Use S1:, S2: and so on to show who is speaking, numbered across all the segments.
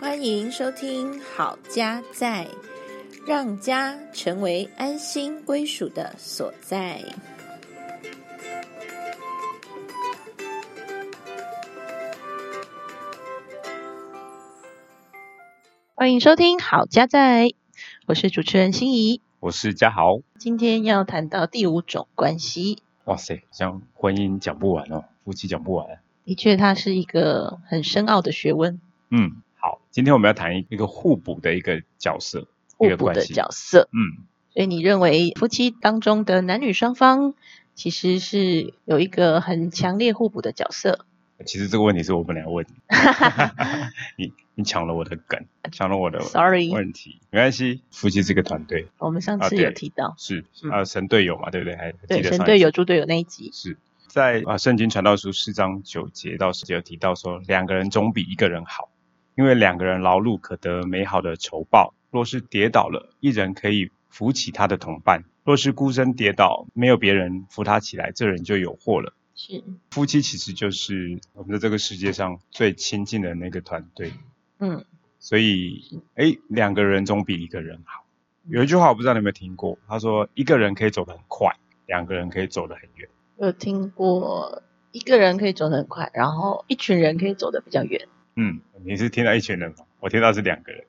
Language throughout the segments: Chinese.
S1: 欢迎收听《好家在》，让家成为安心归属的所在。欢迎收听《好家在》，我是主持人心怡。
S2: 我是嘉豪。
S1: 今天要谈到第五种关系，
S2: 哇塞，好像婚姻讲不完哦，夫妻讲不完。
S1: 的确，它是一个很深奥的学问，
S2: 嗯，好，今天我们要谈一一个互补的一个角色，一
S1: 互
S2: 个
S1: 补
S2: 关
S1: 的
S2: 系。
S1: 角色。
S2: 嗯，
S1: 所以你认为夫妻当中的男女双方其实是有一个很强烈互补的角色？
S2: 其实这个问题是我本 来问你，你你抢了我的梗，抢呃了我的
S1: Sorry
S2: 问题，没关系。夫妻是个团队，
S1: 我们上
S2: 啊
S1: 次
S2: 对
S1: 有提到，
S2: 是
S1: 嗯
S2: 啊，神队友嘛，对不对？还还记
S1: 对
S2: 得
S1: 神
S2: 上一
S1: 队
S2: 集
S1: 友、猪队友那一集，
S2: 是在啊，《圣经传道书》四章九节到十节有提到说，两个人总比一个人好，因为两个人劳碌可得美好的酬报。若是跌倒了，一人可以扶起他的同伴；若是孤身跌倒，没有别人扶他起来，这人就有祸了。
S1: 是，
S2: 夫妻其实就是我们在这个世界上最亲近的那个团队，
S1: 嗯，
S2: 所以，哎，两个人总比一个人好。有一句话我不知道你有没有听过，他说一个人可以走得很快，两个人可以走得很远。
S1: 有听过一个人可以走得很快，然后一群人可以走得比较远。
S2: 嗯，你是听到一群人吗？我听到是 两个人。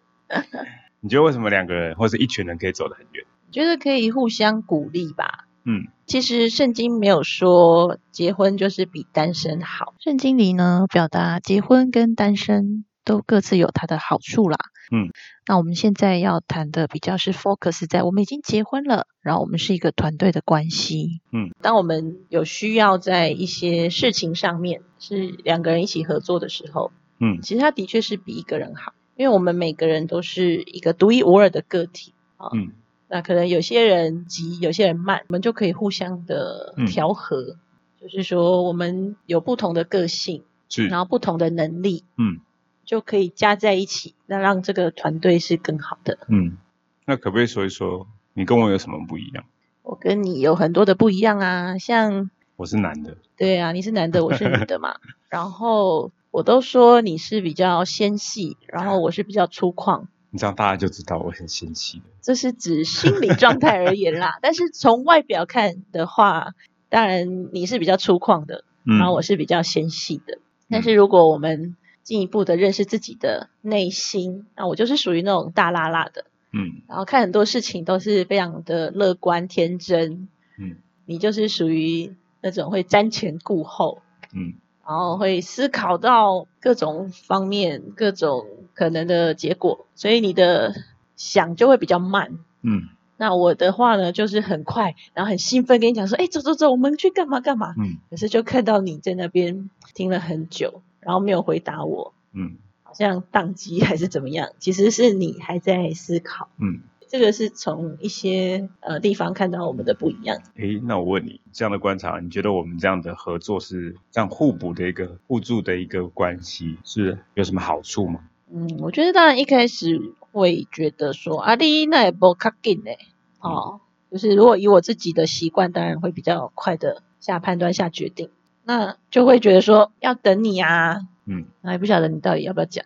S2: 你觉得为什么两个人或是一群人可以走得很远？
S1: 觉得可以互相鼓励吧。
S2: 嗯，
S1: 其实圣经没有说结婚就是比单身好，圣经里呢表达结婚跟单身都各自有它的好处啦。
S2: 嗯，
S1: 那我们现在要谈的比较是 focus 在我们已经结婚了，然后我们是一个团队的关系。
S2: 嗯，
S1: 当我们有需要在一些事情上面是两个人一起合作的时候，
S2: 嗯
S1: 其实它的确是比一个人好，因为我们每个人都是一个独一无二的个体。
S2: 嗯，
S1: 那可能有些人急，有些人慢，我们就可以互相的
S2: 嗯
S1: 调和。就是说，我们有不同的个性，
S2: 是
S1: 然后不同的能力，
S2: 嗯
S1: 就可以加在一起，那让这个团队是更好的。
S2: 嗯。那可不可以说一说你跟我有什么不一样？
S1: 我跟你有很多的不一样啊，像
S2: 我是男的，
S1: 对啊，你是男的，我是女的嘛。然后我都说你是比较纤细，然后我是比较粗犷，
S2: 你这样大家就知道我很嫌弃的。
S1: 这是指心理状态而言啦。但是从外表看的话，当然你是比较粗犷的，
S2: 嗯
S1: 然后我是比较纤细的。但是如果我们进一步的认识自己的内心，那我就是属于那种大辣辣的，
S2: 嗯
S1: 然后看很多事情都是非常的乐观天真。
S2: 嗯
S1: 你就是属于那种会瞻前顾后，
S2: 嗯
S1: 然后会思考到各种方面、各种可能的结果，所以你的想就会比较慢。
S2: 嗯
S1: 那我的话呢，就是很快，然后很兴奋跟你讲说，哎，走走走，我们去干嘛干嘛。
S2: 嗯
S1: 可是就看到你在那边听了很久，然后没有回答我，
S2: 嗯
S1: 好像宕机还是怎么样？其实是你还在思考。
S2: 嗯。
S1: 这个是从一些呃地方看到我们的不一样。
S2: 诶，那我问你，这样的观察，你觉得我们这样的合作是这样互补的一个互助的一个关系，是有什么好处吗？
S1: 嗯，我觉得当然一开始会觉得说啊，你那也不卡紧嘞，哦，就是如果以我自己的习惯，当然会比较快的下判断、下决定，那就会觉得说要等你啊，
S2: 嗯
S1: 那也不晓得你到底要不要讲，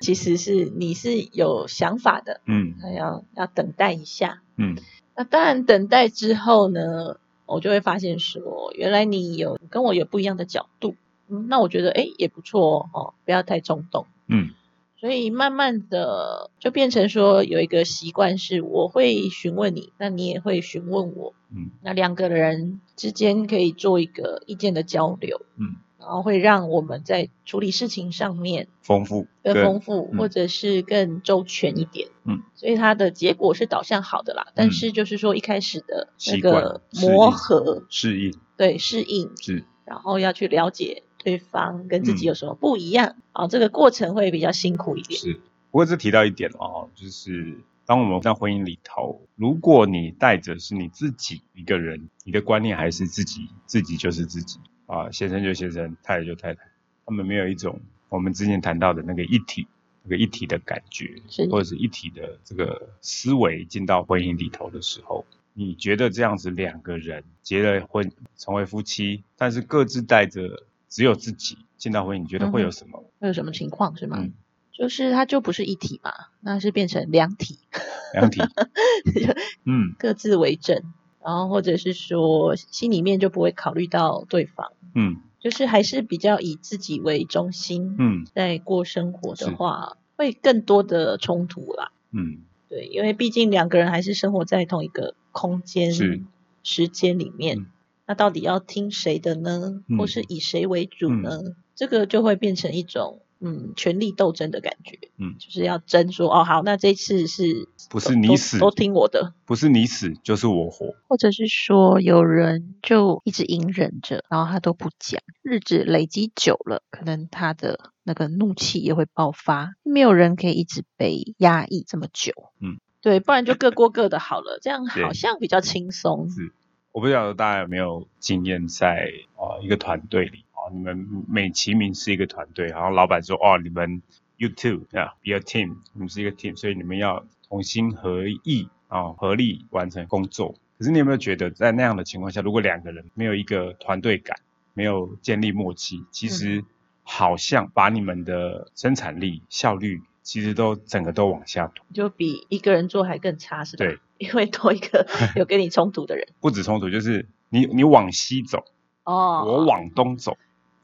S1: 其实是你是有想法的，
S2: 嗯
S1: 那要要等待一下。
S2: 嗯
S1: 那当然等待之后呢，我就会发现说，原来你有跟我有不一样的角度，嗯，那我觉得诶也不错哦哦，不要太冲动。
S2: 嗯
S1: 所以慢慢的就变成说有一个习惯是，我会询问你，那你也会询问我，
S2: 嗯
S1: 那两个人之间可以做一个意见的交流，
S2: 嗯，
S1: 然后会让我们在处理事情上面
S2: 丰富
S1: 更
S2: 跟
S1: 丰富，
S2: 嗯
S1: 或者是更周全一点。
S2: 嗯，
S1: 所以它的结果是导向好的啦，但是就是说一开始的那
S2: 习惯
S1: 个磨合，
S2: 适应
S1: 对适应，
S2: 是
S1: 然后要去了解对方跟自己
S2: 嗯
S1: 有什么不一样啊，这个过程会比较辛苦一点。
S2: 是。不过这提到一点哦，就是当我们在婚姻里头，如果你带着是你自己一个人，你的观念还是自己，自己就是自己啊，先生就先生，太太就太太，他们没有一种我们之前谈到的那个一体。那个一体的感觉
S1: 是，
S2: 或者是一体的这个思维进到婚姻里头的时候，你觉得这样子两个人结了婚，成为夫妻，但是各自带着只有自己进到婚姻，你觉得会有
S1: 嗯
S2: 什么
S1: 会有什么情况是吗？
S2: 嗯
S1: 就是它就不是一体嘛，那是变成两体，
S2: 两体，嗯
S1: 各自为政，然后或者是说心里面就不会考虑到对方，
S2: 嗯
S1: 就是还是比较以自己为中心，
S2: 嗯
S1: 在过生活
S2: 是
S1: 的话，会更多的冲突啦。
S2: 嗯，
S1: 对，因为毕竟两个人还是生活在同一个空间、
S2: 是
S1: 时间里面，
S2: 嗯
S1: 那到底要听谁的呢？
S2: 嗯
S1: 或是以谁为主呢？这个就会变成一种嗯权力斗争的感觉，
S2: 嗯
S1: 就是要争说哦好，那这次是
S2: 不
S1: 都
S2: 是你
S1: 都
S2: 死
S1: 都听我的，
S2: 不是你死就是我活，
S1: 或者是说有人就一直隐忍着，然后他都不讲，日子累积久了，可能他的那个怒气也会爆发。没有人可以一直被压抑这么久，
S2: 嗯，
S1: 对，不然就各过各的好了，这样
S2: 对
S1: 好像比较轻松。
S2: 是我不晓得大家有没有经验在啊、呃一个团队里啊、你们美其名是一个团队，然后老板说哦你们 you two 啊 be a team，你们是一个 team，所以你们要同心合意啊、合力完成工作。可是你有没有觉得在那样的情况下，如果两个人没有一个团队感，没有建立默契，其实好像把你们的生产力、效率其实都整个都往下拖，
S1: 就比一个人做还更差，是吧？
S2: 对，
S1: 因为多一 个有跟你冲突的人。
S2: 不止冲突，就是你你往西走，
S1: 哦，
S2: 我往东走。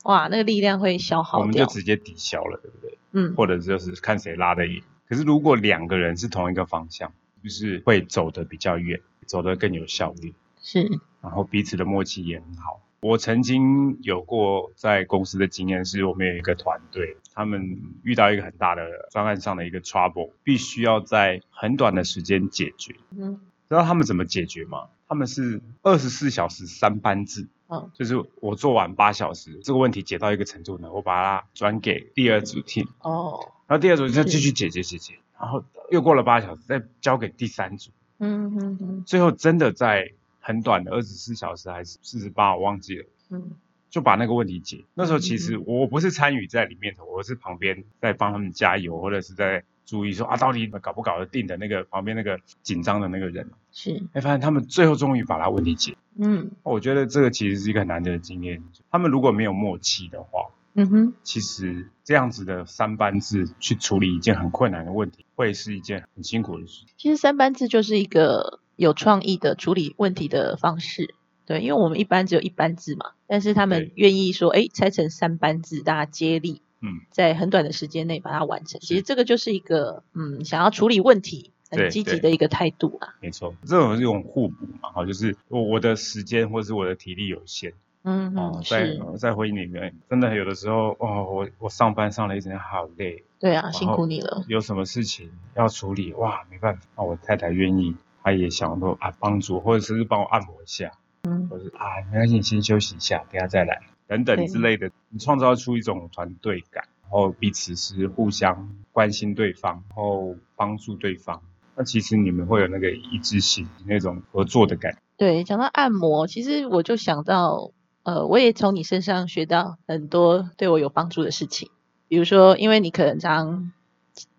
S1: 哇，那个力量会消耗
S2: 我们就
S1: 掉。
S2: 直接抵消了，对不对？
S1: 嗯，
S2: 或者就是看谁拉得赢。可是如果两个人是同一个方向，就是会走得比较远，走得更有效率，
S1: 是，
S2: 然后彼此的默契也很好。我曾经有过在公司的经验，是我们有一个团队，他们遇到一个很大的专案上的一个 trouble，必须要在很短的时间解决。
S1: 嗯，
S2: 知道他们怎么解决吗？他们是二十四小时三班制，
S1: 嗯，
S2: 就是我做完八小时，这个问题解到一个程度呢，我把它转给第二组 team，
S1: 哦，
S2: 然后第二组就继
S1: 是
S2: 续解决解决，然后又过了八小时，再交给第三组，
S1: 嗯嗯嗯
S2: 最后真的在很短的二十四小时还是四十八，我忘记了。
S1: 嗯，
S2: 就把那个问题解。那时候其实
S1: 嗯
S2: 我不是参与在里面的，我是旁边在帮他们加油，或者是在注意说啊，到底搞不搞得定的那个旁边那个紧张的那个人。
S1: 是，
S2: 哎，发现他们最后终于把他问题解。
S1: 嗯
S2: 我觉得这个其实是一个很难得的经验。他们如果没有默契的话，
S1: 嗯哼，
S2: 其实这样子的三班制去处理一件很困难的问题，会是一件很辛苦的事。
S1: 其实三班制就是一个有创意的处理问题的方式，对，因为我们一般只有一班制嘛，但是他们
S2: 对
S1: 愿意说，哎，拆成三班制，大家接力，
S2: 嗯，
S1: 在很短的时间内把它完成。其实这个就是一个，嗯，想要处理问题
S2: 对
S1: 很积
S2: 对
S1: 极的一个态度啊，
S2: 没错，这种是一种互补嘛，哈，就是我我的时间或是我的体力有限，
S1: 嗯
S2: 哦
S1: 嗯，，
S2: 在
S1: 是，
S2: 在婚姻里面，真的有的时候，哦，我我上班上了一整天好累，
S1: 对啊，
S2: 然
S1: 辛
S2: 后
S1: 苦你了，
S2: 有什么事情要处理，哇，没办法，啊我太太愿意，她也想说啊帮助，或者是帮我按摩一下，
S1: 嗯
S2: 或者是啊没关系，你先休息一下，等一下再来，等等
S1: 对
S2: 之类的，你创造出一种团队感，然后彼此是互相关心对方，然后帮助对方，那其实你们会有那个一致性，那种合作的感觉，
S1: 对，讲到按摩，其实我就想到，呃，我也从你身上学到很多对我有帮助的事情。比如说，因为你可能常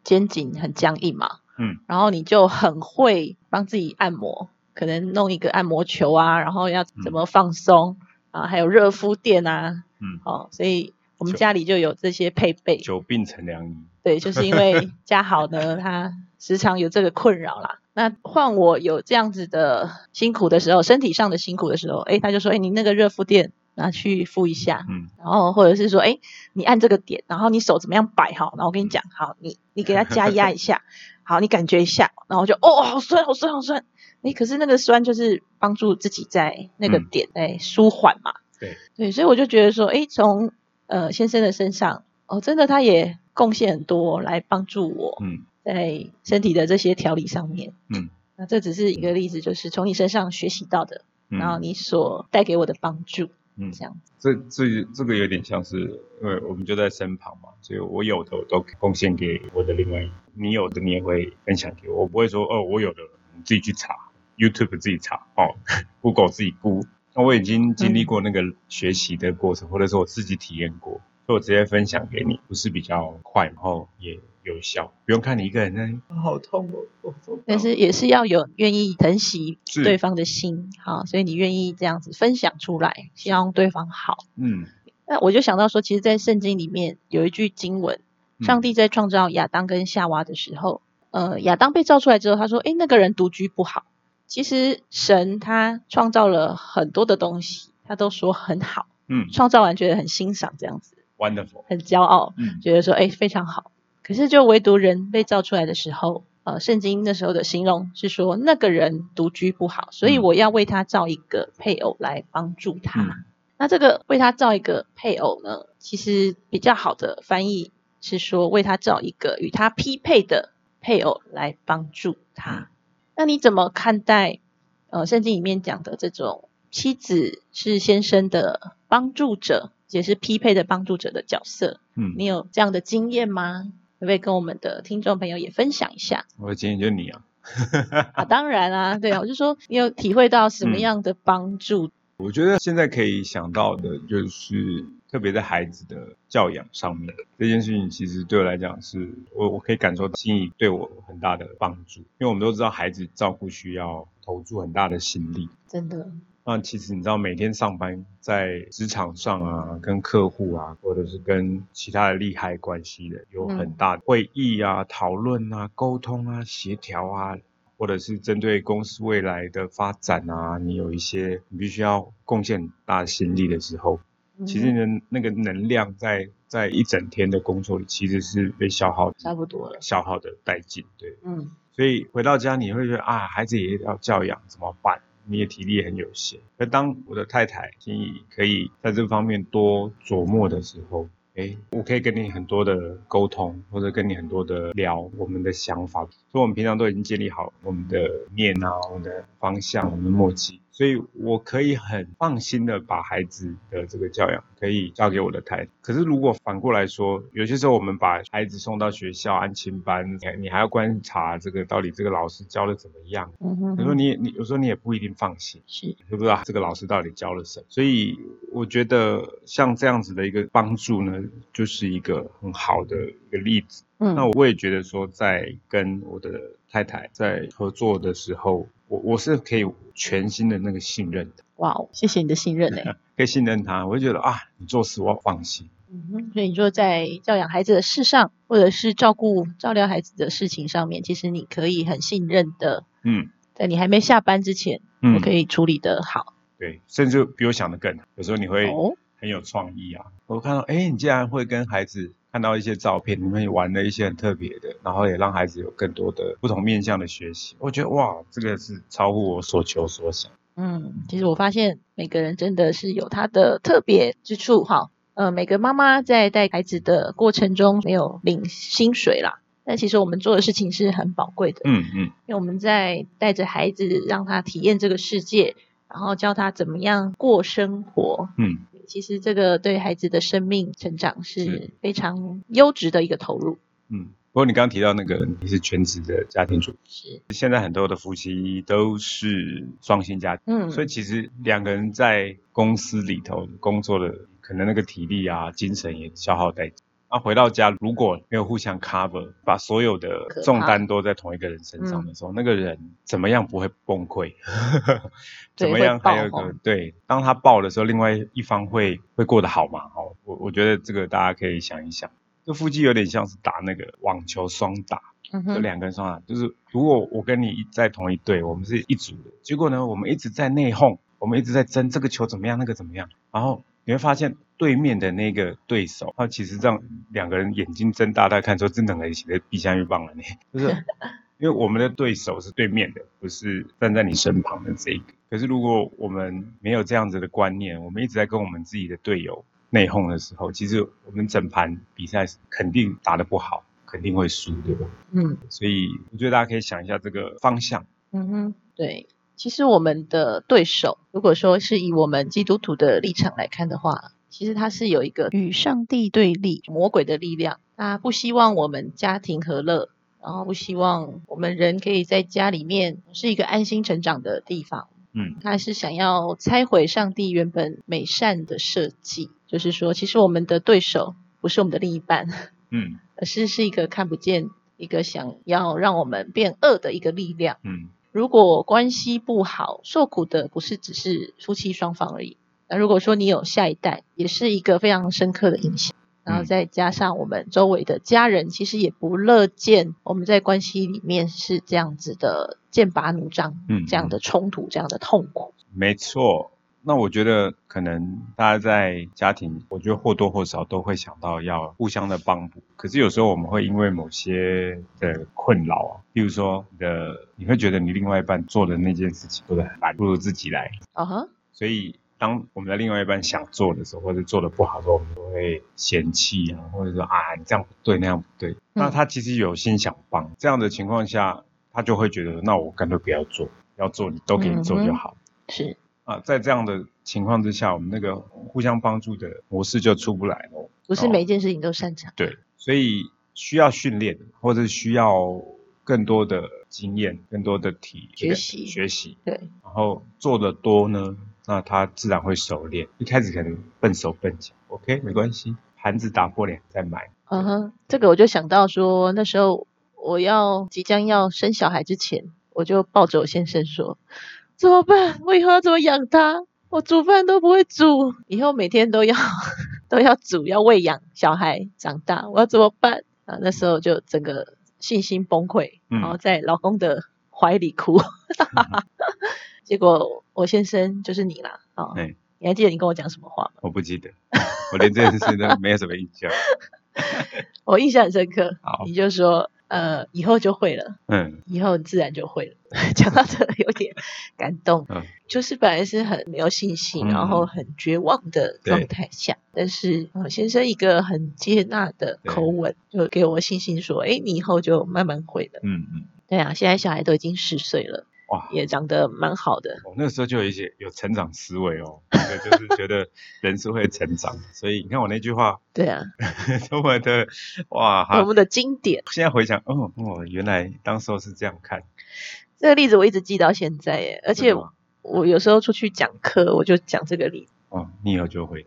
S1: 肩颈很僵硬嘛，
S2: 嗯，
S1: 然后你就很会帮自己按摩，可能弄一个按摩球啊，然后要怎么放松、啊，还有热敷垫啊，
S2: 嗯，
S1: 哦，所以我们
S2: 就
S1: 家里就有这些配备。
S2: 久病成良医，
S1: 对，就是因为嘉豪呢，他时常有这个困扰啦。那换我有这样子的辛苦的时候，身体上的辛苦的时候，诶，他就说，诶，你那个热敷垫拿去敷一下，
S2: 嗯。
S1: 然后或者是说，诶，你按这个点，然后你手怎么样摆好，然后我跟你讲，好，你你给它加压一 下，好，你感觉一下，然后我就哦，好酸，好酸，好酸。诶，可是那个酸就是帮助自己在那个
S2: 嗯
S1: 点诶舒缓嘛。
S2: 对
S1: 对，所以我就觉得说，诶，从呃先生的身上，哦，真的他也贡献很多来帮助我。
S2: 嗯
S1: 在身体的这些调理上面。
S2: 嗯，
S1: 那这只是一个例子，就是从你身上学习到的，
S2: 嗯
S1: 然后你所带给我的帮助，
S2: 嗯
S1: 这样子。
S2: 这这这个有点像是，因为我们就在身旁嘛，所以我有的我都贡献给我的另外一半，你有的你也会分享给我，我不会说哦，我有的你自己去查，YouTube 自己查哦，Google 自己估。那我已经经历过那个学习的过程，或者是我自己体验过，所以我直接分享给你，不是比较快，然后也有效，不用看你一个人在那里。好痛哦，我做不到
S1: 但是也是要有愿意疼惜
S2: 是
S1: 对方的心，好，所以你愿意这样子分享出来，希望对方好。
S2: 嗯
S1: 那我就想到说，其实，在圣经里面有一句经文，
S2: 嗯
S1: 上帝在创造亚当跟夏娃的时候，呃，亚当被造出来之后，他说：“诶，那个人独居不好。”其实神他创造了很多的东西，他都说很好，
S2: 嗯
S1: 创造完觉得很欣赏，这样子
S2: ，wonderful，
S1: 很骄傲，
S2: 嗯
S1: 觉得说：“诶，哎非常好。”可是就唯独人被造出来的时候，呃，圣经那时候的形容是说那个人独居不好，所以
S2: 嗯
S1: 我要为他造一个配偶来帮助他。
S2: 嗯
S1: 那这个为他造一个配偶呢，其实比较好的翻译是说为他造一个与他匹配的配偶来帮助
S2: 嗯
S1: 他。那你怎么看待呃圣经里面讲的这种妻子是先生的帮助者，也是匹配的帮助者的角色？
S2: 嗯
S1: 你，有这样的经验吗？可不可以跟我们的听众朋友也分享一下？
S2: 我的经验就是你啊，
S1: 啊，当然啊，对啊，我就说你有体会到什么
S2: 嗯
S1: 样的帮助？
S2: 我觉得现在可以想到的就是，特别在孩子的教养上面，这件事情其实对我来讲是，我我可以感受到心仪对我很大的帮助，因为我们都知道孩子照顾需要投注很大的心力。
S1: 真的，
S2: 那其实你知道，每天上班在职场上啊，跟客户啊，或者是跟其他的利害关系的，有很大的会议啊、讨论啊、沟通啊、协调啊，或者是针对公司未来的发展啊，你有一些你必须要贡献很大的心力的时候，
S1: 嗯
S2: 其实你的那个能量在在一整天的工作里其实是被消耗
S1: 差不多了
S2: 消耗的殆尽，对。
S1: 嗯。
S2: 所以回到家你会觉得啊，孩子也要教养，怎么办？你也体力也很有限。可当我的太太心怡可以在这方面多琢磨的时候，诶，我可以跟你很多的沟通，或者跟你很多的聊我们的想法，所以我们平常都已经建立好我们的念啊、我们的方向、我们的默契，所以我可以很放心的把孩子的这个教养可以交给我的太太。可是如果反过来说，有些时候我们把孩子送到学校安亲班，哎你还要观察这个到底这个老师教的怎么样。
S1: 嗯哼
S2: 有时候你也你有时候你也不一定放心。
S1: 是
S2: 你不知道这个老师到底教了什么。所以我觉得像这样子的一个帮助呢，就是一个很好的一个例子。
S1: 嗯
S2: 那我也觉得说，在跟我的太太在合作的时候，我我是可以全心的那个信任的，
S1: 哇哦，谢谢你的信任 诶、
S2: 可以信任她，我就觉得啊，你做事我放心。
S1: 嗯哼，所以你说在教养孩子的事上，或者是照顾照料孩子的事情上面，其实你可以很信任的，
S2: 嗯
S1: 在你还没下班之前，
S2: 嗯
S1: 我可以处理得好。
S2: 对，甚至比我想的更好。有时候你会
S1: 哦，
S2: 很有创意啊！我看到，哎，你竟然会跟孩子看到一些照片，你们也玩了一些很特别的，然后也让孩子有更多的不同面向的学习。我觉得哇，这个是超乎我所求所想。
S1: 嗯，其实我发现每个人真的是有他的特别之处哈。呃，每个妈妈在带孩子的过程中没有领薪水啦，但其实我们做的事情是很宝贵的。
S2: 嗯嗯
S1: 因为我们在带着孩子让他体验这个世界，然后教他怎么样过生活，
S2: 嗯，
S1: 其实这个对孩子的生命成长是
S2: 是
S1: 非常优质的一个投入。
S2: 嗯。不过你刚刚提到那个你是全职的家庭主妇，
S1: 是，
S2: 现在很多的夫妻都是双薪家庭，
S1: 嗯，
S2: 所以其实两个人在公司里头工作的，可能那个体力啊、精神也消耗殆尽。那、回到家，如果没有互相 cover，把所有的
S1: 可怕嗯
S2: 重担都在同一个人身上的时候，那个人怎么样不会崩溃？
S1: 对
S2: 怎么样
S1: 会爆
S2: 还有一个
S1: 红
S2: 对，当他爆的时候，另外一方会会过得好吗？哦，我我觉得这个大家可以想一想。这夫妻有点像是打那个网球双打，
S1: 嗯
S2: 就
S1: 哼，
S2: 两个人双打，就是如果我跟你在同一队，我们是一组的，结果呢，我们一直在内讧，我们一直在争这个球怎么样，那个怎么样，然后你会发现对面的那个对手，他其实让两个人眼睛睁大大看，说真的很起来比下去棒了呢， 就是因为我们的对手是对面的，不是站在你身旁的这一个。可是如果我们没有这样子的观念，我们一直在跟我们自己的队友内讧的时候，其实我们整盘比赛肯定打得不好，肯定会输，对吧？
S1: 嗯
S2: 所以我觉得大家可以想一下这个方向。
S1: 嗯哼，对。其实我们的对手，如果说是以我们基督徒的立场来看的话，其实他是有一个与上帝对立、魔鬼的力量，他不希望我们家庭和乐，然后不希望我们人可以在家里面是一个安心成长的地方。
S2: 嗯
S1: 他是想要拆毁上帝原本美善的设计，就是说，其实我们的对手不是我们的另一半，
S2: 嗯
S1: 而是是一个看不见、一个想要让我们变恶的一个力量。
S2: 嗯
S1: 如果关系不好，受苦的不是只是夫妻双方而已。那如果说你有下一代，也是一个非常深刻的影响。然
S2: 嗯
S1: 后再加上我们周围的家人，其实也不乐见我们在关系里面是这样子的剑拔弩张，
S2: 嗯
S1: 这样的冲突，这样的痛苦。
S2: 没错。那我觉得可能大家在家庭，我觉得或多或少都会想到要互相的帮补。可是有时候我们会因为某些的困扰啊，例如说你的，你会觉得你另外一半做的那件事情做的很烂，不如自己来。
S1: 啊哈，
S2: 所以当我们的另外一半想做的时候，或者做的不好的时候，我们都会嫌弃啊，或者说啊你这样不对，那样不对。那
S1: 嗯
S2: 他其实有心想帮，这样的情况下，他就会觉得那我干脆不要做，要做你都给你
S1: 嗯
S2: 做就好。
S1: 是，
S2: 啊，在这样的情况之下，我们那个互相帮助的模式就出不来了。
S1: 不是
S2: 哦
S1: 每一件事情都擅长。
S2: 对，所以需要训练，或者需要更多的经验、更多的体
S1: 学
S2: 这个
S1: 习
S2: 学习。
S1: 对，
S2: 然后做的多呢，那他自然会熟练。一开始可能笨手笨脚，OK，没关系，盘子打破脸再买。
S1: 嗯哼，这个我就想到说，那时候我要即将要生小孩之前，我就抱着我先生说，怎么办？我以后要怎么养他？我煮饭都不会煮，以后每天都要 都要煮，要喂养小孩长大，我要怎么办？啊，那时候就整个信心崩溃，然后
S2: 嗯
S1: 在老公的怀里哭， 结果我先生就是你啦，啊、
S2: 对
S1: 你还记得你跟我讲什么话吗？
S2: 我不记得， 我连这件事都 没有什么印象。
S1: 我印象很深刻
S2: 好，
S1: 你就说，呃，以后就会了。
S2: 嗯
S1: 以后自然就会了。 讲到这有点感动，
S2: 嗯
S1: 就是本来是很没有信心，
S2: 嗯
S1: 然后很绝望的状态下，但是呃先生一个很接纳的口吻，就给我信心说：“哎，你以后就慢慢会了。
S2: 嗯嗯，”
S1: 对啊，现在小孩都已经十岁了，
S2: 哇！
S1: 也长得蛮好的。
S2: 我那时候就有一些有成长思维哦，对就是觉得人是会成长的，所以你看我那句话
S1: 对啊，
S2: 多么的哇
S1: 我
S2: 哈！
S1: 们的经典
S2: 现在回想，哦，哦，原来当时候是这样看，
S1: 这个例子我一直记到现在耶，而且
S2: 真的吗
S1: 我有时候出去讲课，我就讲这个例子。
S2: 哦，你以后 就会。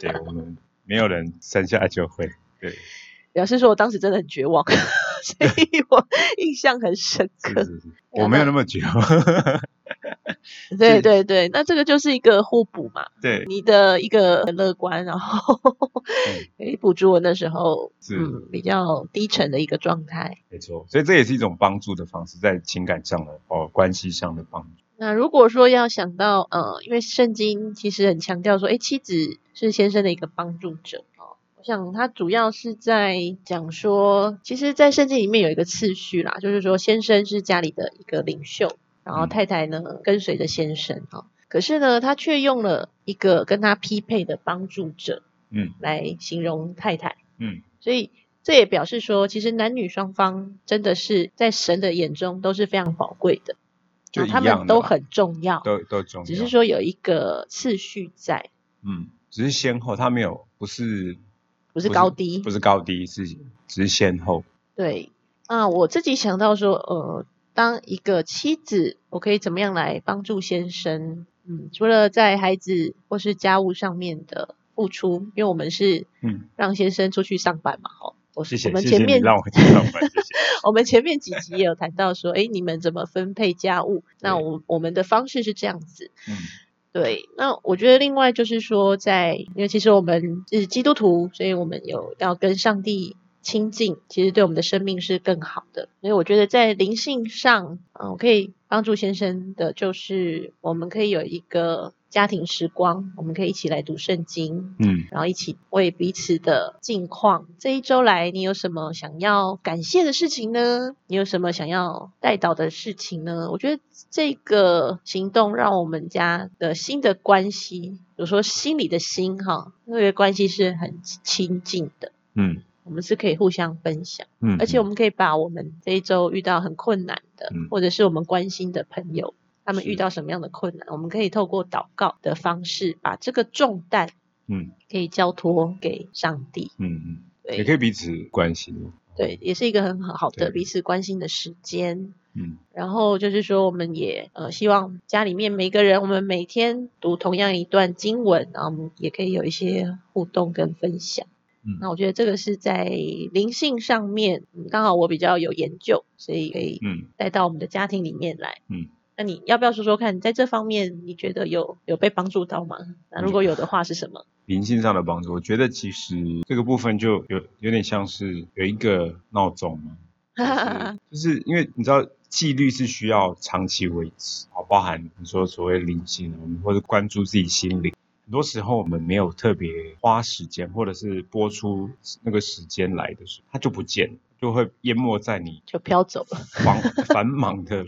S2: 对我们没有人生下来就会，对。
S1: 表示说我当时真的很绝望， 所以我印象很深刻。
S2: 是是是，我没有那么绝望。
S1: 对
S2: 是
S1: 对对，那这个就是一个互补嘛，
S2: 对，
S1: 你的一个很乐观，然后 可以补足我那时候
S2: 嗯是
S1: 嗯比较低沉的一个状态。
S2: 没错，所以这也是一种帮助的方式，在情感上的哦，关系上的帮助。
S1: 那如果说要想到呃，因为圣经其实很强调说，诶，妻子是先生的一个帮助者哦。我想它主要是在讲说，其实，在圣经里面有一个次序啦，就是说先生是家里的一个领袖，然后
S2: 嗯
S1: 太太呢跟随着先生哦。可是呢，他却用了一个跟他匹配的帮助者，
S2: 嗯
S1: 来形容太太，
S2: 嗯，
S1: 所以这也表示说，其实男女双方真的是在神的眼中都是非常宝贵的，
S2: 就
S1: 然
S2: 一
S1: 后
S2: 样
S1: 他
S2: 的啦
S1: 们都很重要，
S2: 都都重要。
S1: 只是，说有一个次序在，
S2: 嗯，只是先后，他没有不是
S1: 不是高低。
S2: 不是高低，是只是先后。
S1: 对，那我自己想到说，呃，当一个妻子，我可以怎么样来帮助先生？嗯，除了在孩子或是家务上面的付出，因为我们是
S2: 嗯
S1: 让先生出去上班嘛，吼、我
S2: 谢
S1: 是
S2: 谢
S1: 我，们
S2: 谢谢
S1: 前
S2: 你
S1: 面
S2: 让我知道吧，谢谢。
S1: 我们前面几集也有谈到说，哎，你们怎么分配家务？那
S2: 对
S1: 我我们的方式是这样子。
S2: 嗯
S1: 对，那我觉得另外就是说在，因为其实我们是基督徒，所以我们有要跟上帝亲近，其实对我们的生命是更好的。所以我觉得在灵性上，嗯、我可以帮助先生的就是，我们可以有一个家庭时光，我们可以一起来读圣经，
S2: 嗯，
S1: 然后一起为彼此的近况。这一周来，你有什么想要感谢的事情呢？你有什么想要带导的事情呢？我觉得这个行动让我们家的新的关系，有时候心里的心哈，那个关系是很亲近的。
S2: 嗯
S1: 我们是可以互相分享，
S2: 嗯，
S1: 而且我
S2: 们
S1: 们可以把我们这一周遇到很困难的，
S2: 嗯
S1: 或者是我们关心的朋友，他们
S2: 是
S1: 遇到什么样的困难，我们可以透过祷告的方式，把这个重担
S2: 嗯
S1: 可以交托给上帝。
S2: 嗯嗯，也可
S1: 对
S2: 以彼此关心。
S1: 对，也是一个很好的
S2: 对
S1: 彼此关心的时间。
S2: 嗯
S1: 然后就是说，我们也呃希望家里面每个人，我们每天读同样一段经文，然后我们也可以有一些互动跟分享。
S2: 嗯
S1: 那我觉得这个是在灵性上面，嗯刚好我比较有研究，所以可以
S2: 嗯
S1: 带到我们的家庭里面来。
S2: 嗯，
S1: 那你要不要说说看，在这方面你觉得有有被帮助到吗？那如果有的话是什么？
S2: 灵性上的帮助。我觉得其实这个部分就有有点像是有一个闹钟嘛，就是就是因为你知道纪律是需要长期维持，啊，包含你说所谓灵性，啊我们或者关注自己心灵。很多时候我们没有特别花时间，或者是播出那个时间来的时候，它就不见了，就会淹没在你
S1: 就飘走了。
S2: 繁 繁忙的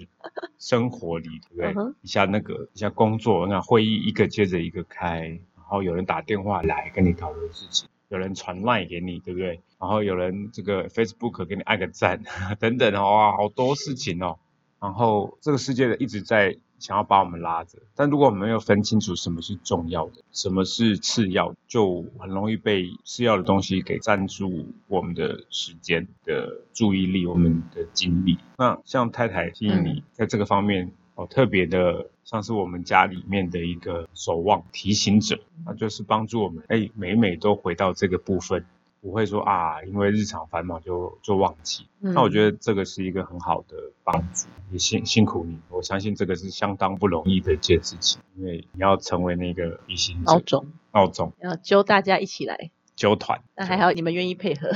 S2: 生活里，对不对
S1: 嗯哼
S2: 一下那个，一下工作，那会议一个接着一个开，然后有人打电话来跟你讨论事情，有人传 line 给你，对不对？然后有人这个 Facebook 给你按个赞，等等哦，哇好多事情哦。然后这个世界的一直在想要把我们拉着，但如果我们没有分清楚什么是重要的，什么是次要的，就很容易被次要的东西给占住我们的时间的注意力，我们的精力。那像太太吸引你在这个方面哦，特别的像是我们家里面的一个守望提醒者，那就是帮助我们哎，每每都回到这个部分。不会说啊，因为日常繁忙就就忘记，那我
S1: 得
S2: 觉得这个是一个很好的帮助，也辛辛苦你，我相信这个是相当不容易的一件事情，因为你要成为那个一心
S1: 老
S2: 者
S1: 总
S2: 闹钟
S1: 嗯要揪大家一起来，
S2: 纠团，
S1: 那还好你们愿意配合。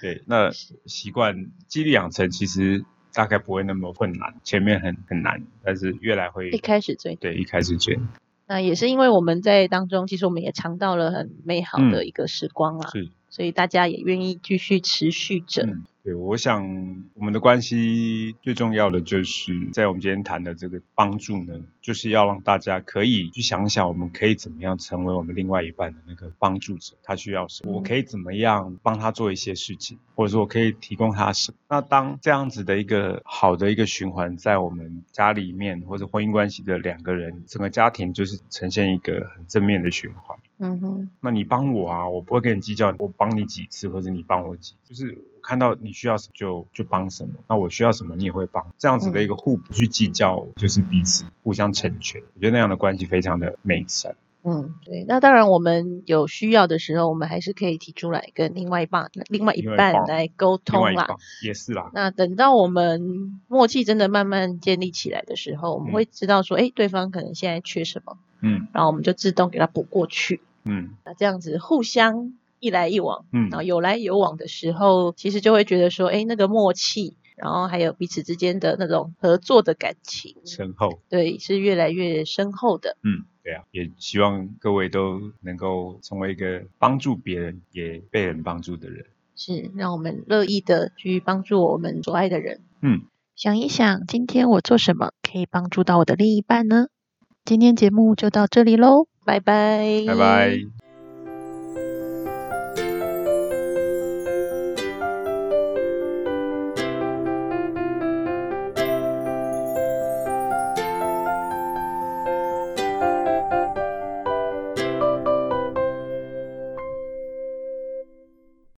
S2: 对，那习惯肌力养成其实大概不会那么困难，前面很很难，但是越来会
S1: 一开始最
S2: 对一开始觉得
S1: 那也是因为我们在当中，其实我们也尝到了很美好的一个时光啦，
S2: 嗯是
S1: 所以大家也愿意继续持续着。
S2: 嗯对，我想我们的关系最重要的就是在我们今天谈的这个帮助呢，就是要让大家可以去想想，我们可以怎么样成为我们另外一半的那个帮助者，他需要什么，
S1: 嗯
S2: 我可以怎么样帮他做一些事情，或者说我可以提供他什么。那当这样子的一个好的一个循环，在我们家里面或者婚姻关系的两个人，整个家庭就是呈现一个很正面的循环。
S1: 嗯哼，
S2: 那你帮我啊，我不会跟你计较，我帮你几次，或者你帮我几，就是我看到你需要什么就就帮什么，那我需要什么你也会帮，这样子的一个互补去计较，就是彼此互相成全，我觉得那样的关系非常的美善。
S1: 嗯，对。那当然，我们有需要的时候，我们还是可以提出来跟另外一半、另外一
S2: 另外一
S1: 半
S2: 半
S1: 来沟
S2: 另
S1: 通
S2: 外一
S1: 啦。
S2: 方也是啦，
S1: 那等到我们默契真的慢慢建立起来的时候，我们
S2: 嗯
S1: 会知道说，哎、对方可能现在缺什么，
S2: 嗯
S1: 然后我们就自动给他补过去。
S2: 嗯
S1: 那这样子互相一来一往，
S2: 嗯
S1: 然后有来有往的时候，其实就会觉得说，哎，那个默契，然后还有彼此之间的那种合作的感情，
S2: 深厚，
S1: 对，是越来越深厚的。
S2: 嗯，对啊，也希望各位都能够成为一个帮助别人也被人帮助的人。
S1: 是让我们乐意的去帮助我们所爱的人。
S2: 嗯，
S1: 想一想，今天我做什么可以帮助到我的另一半呢？今天节目就到这里喽，拜拜，
S2: 拜拜。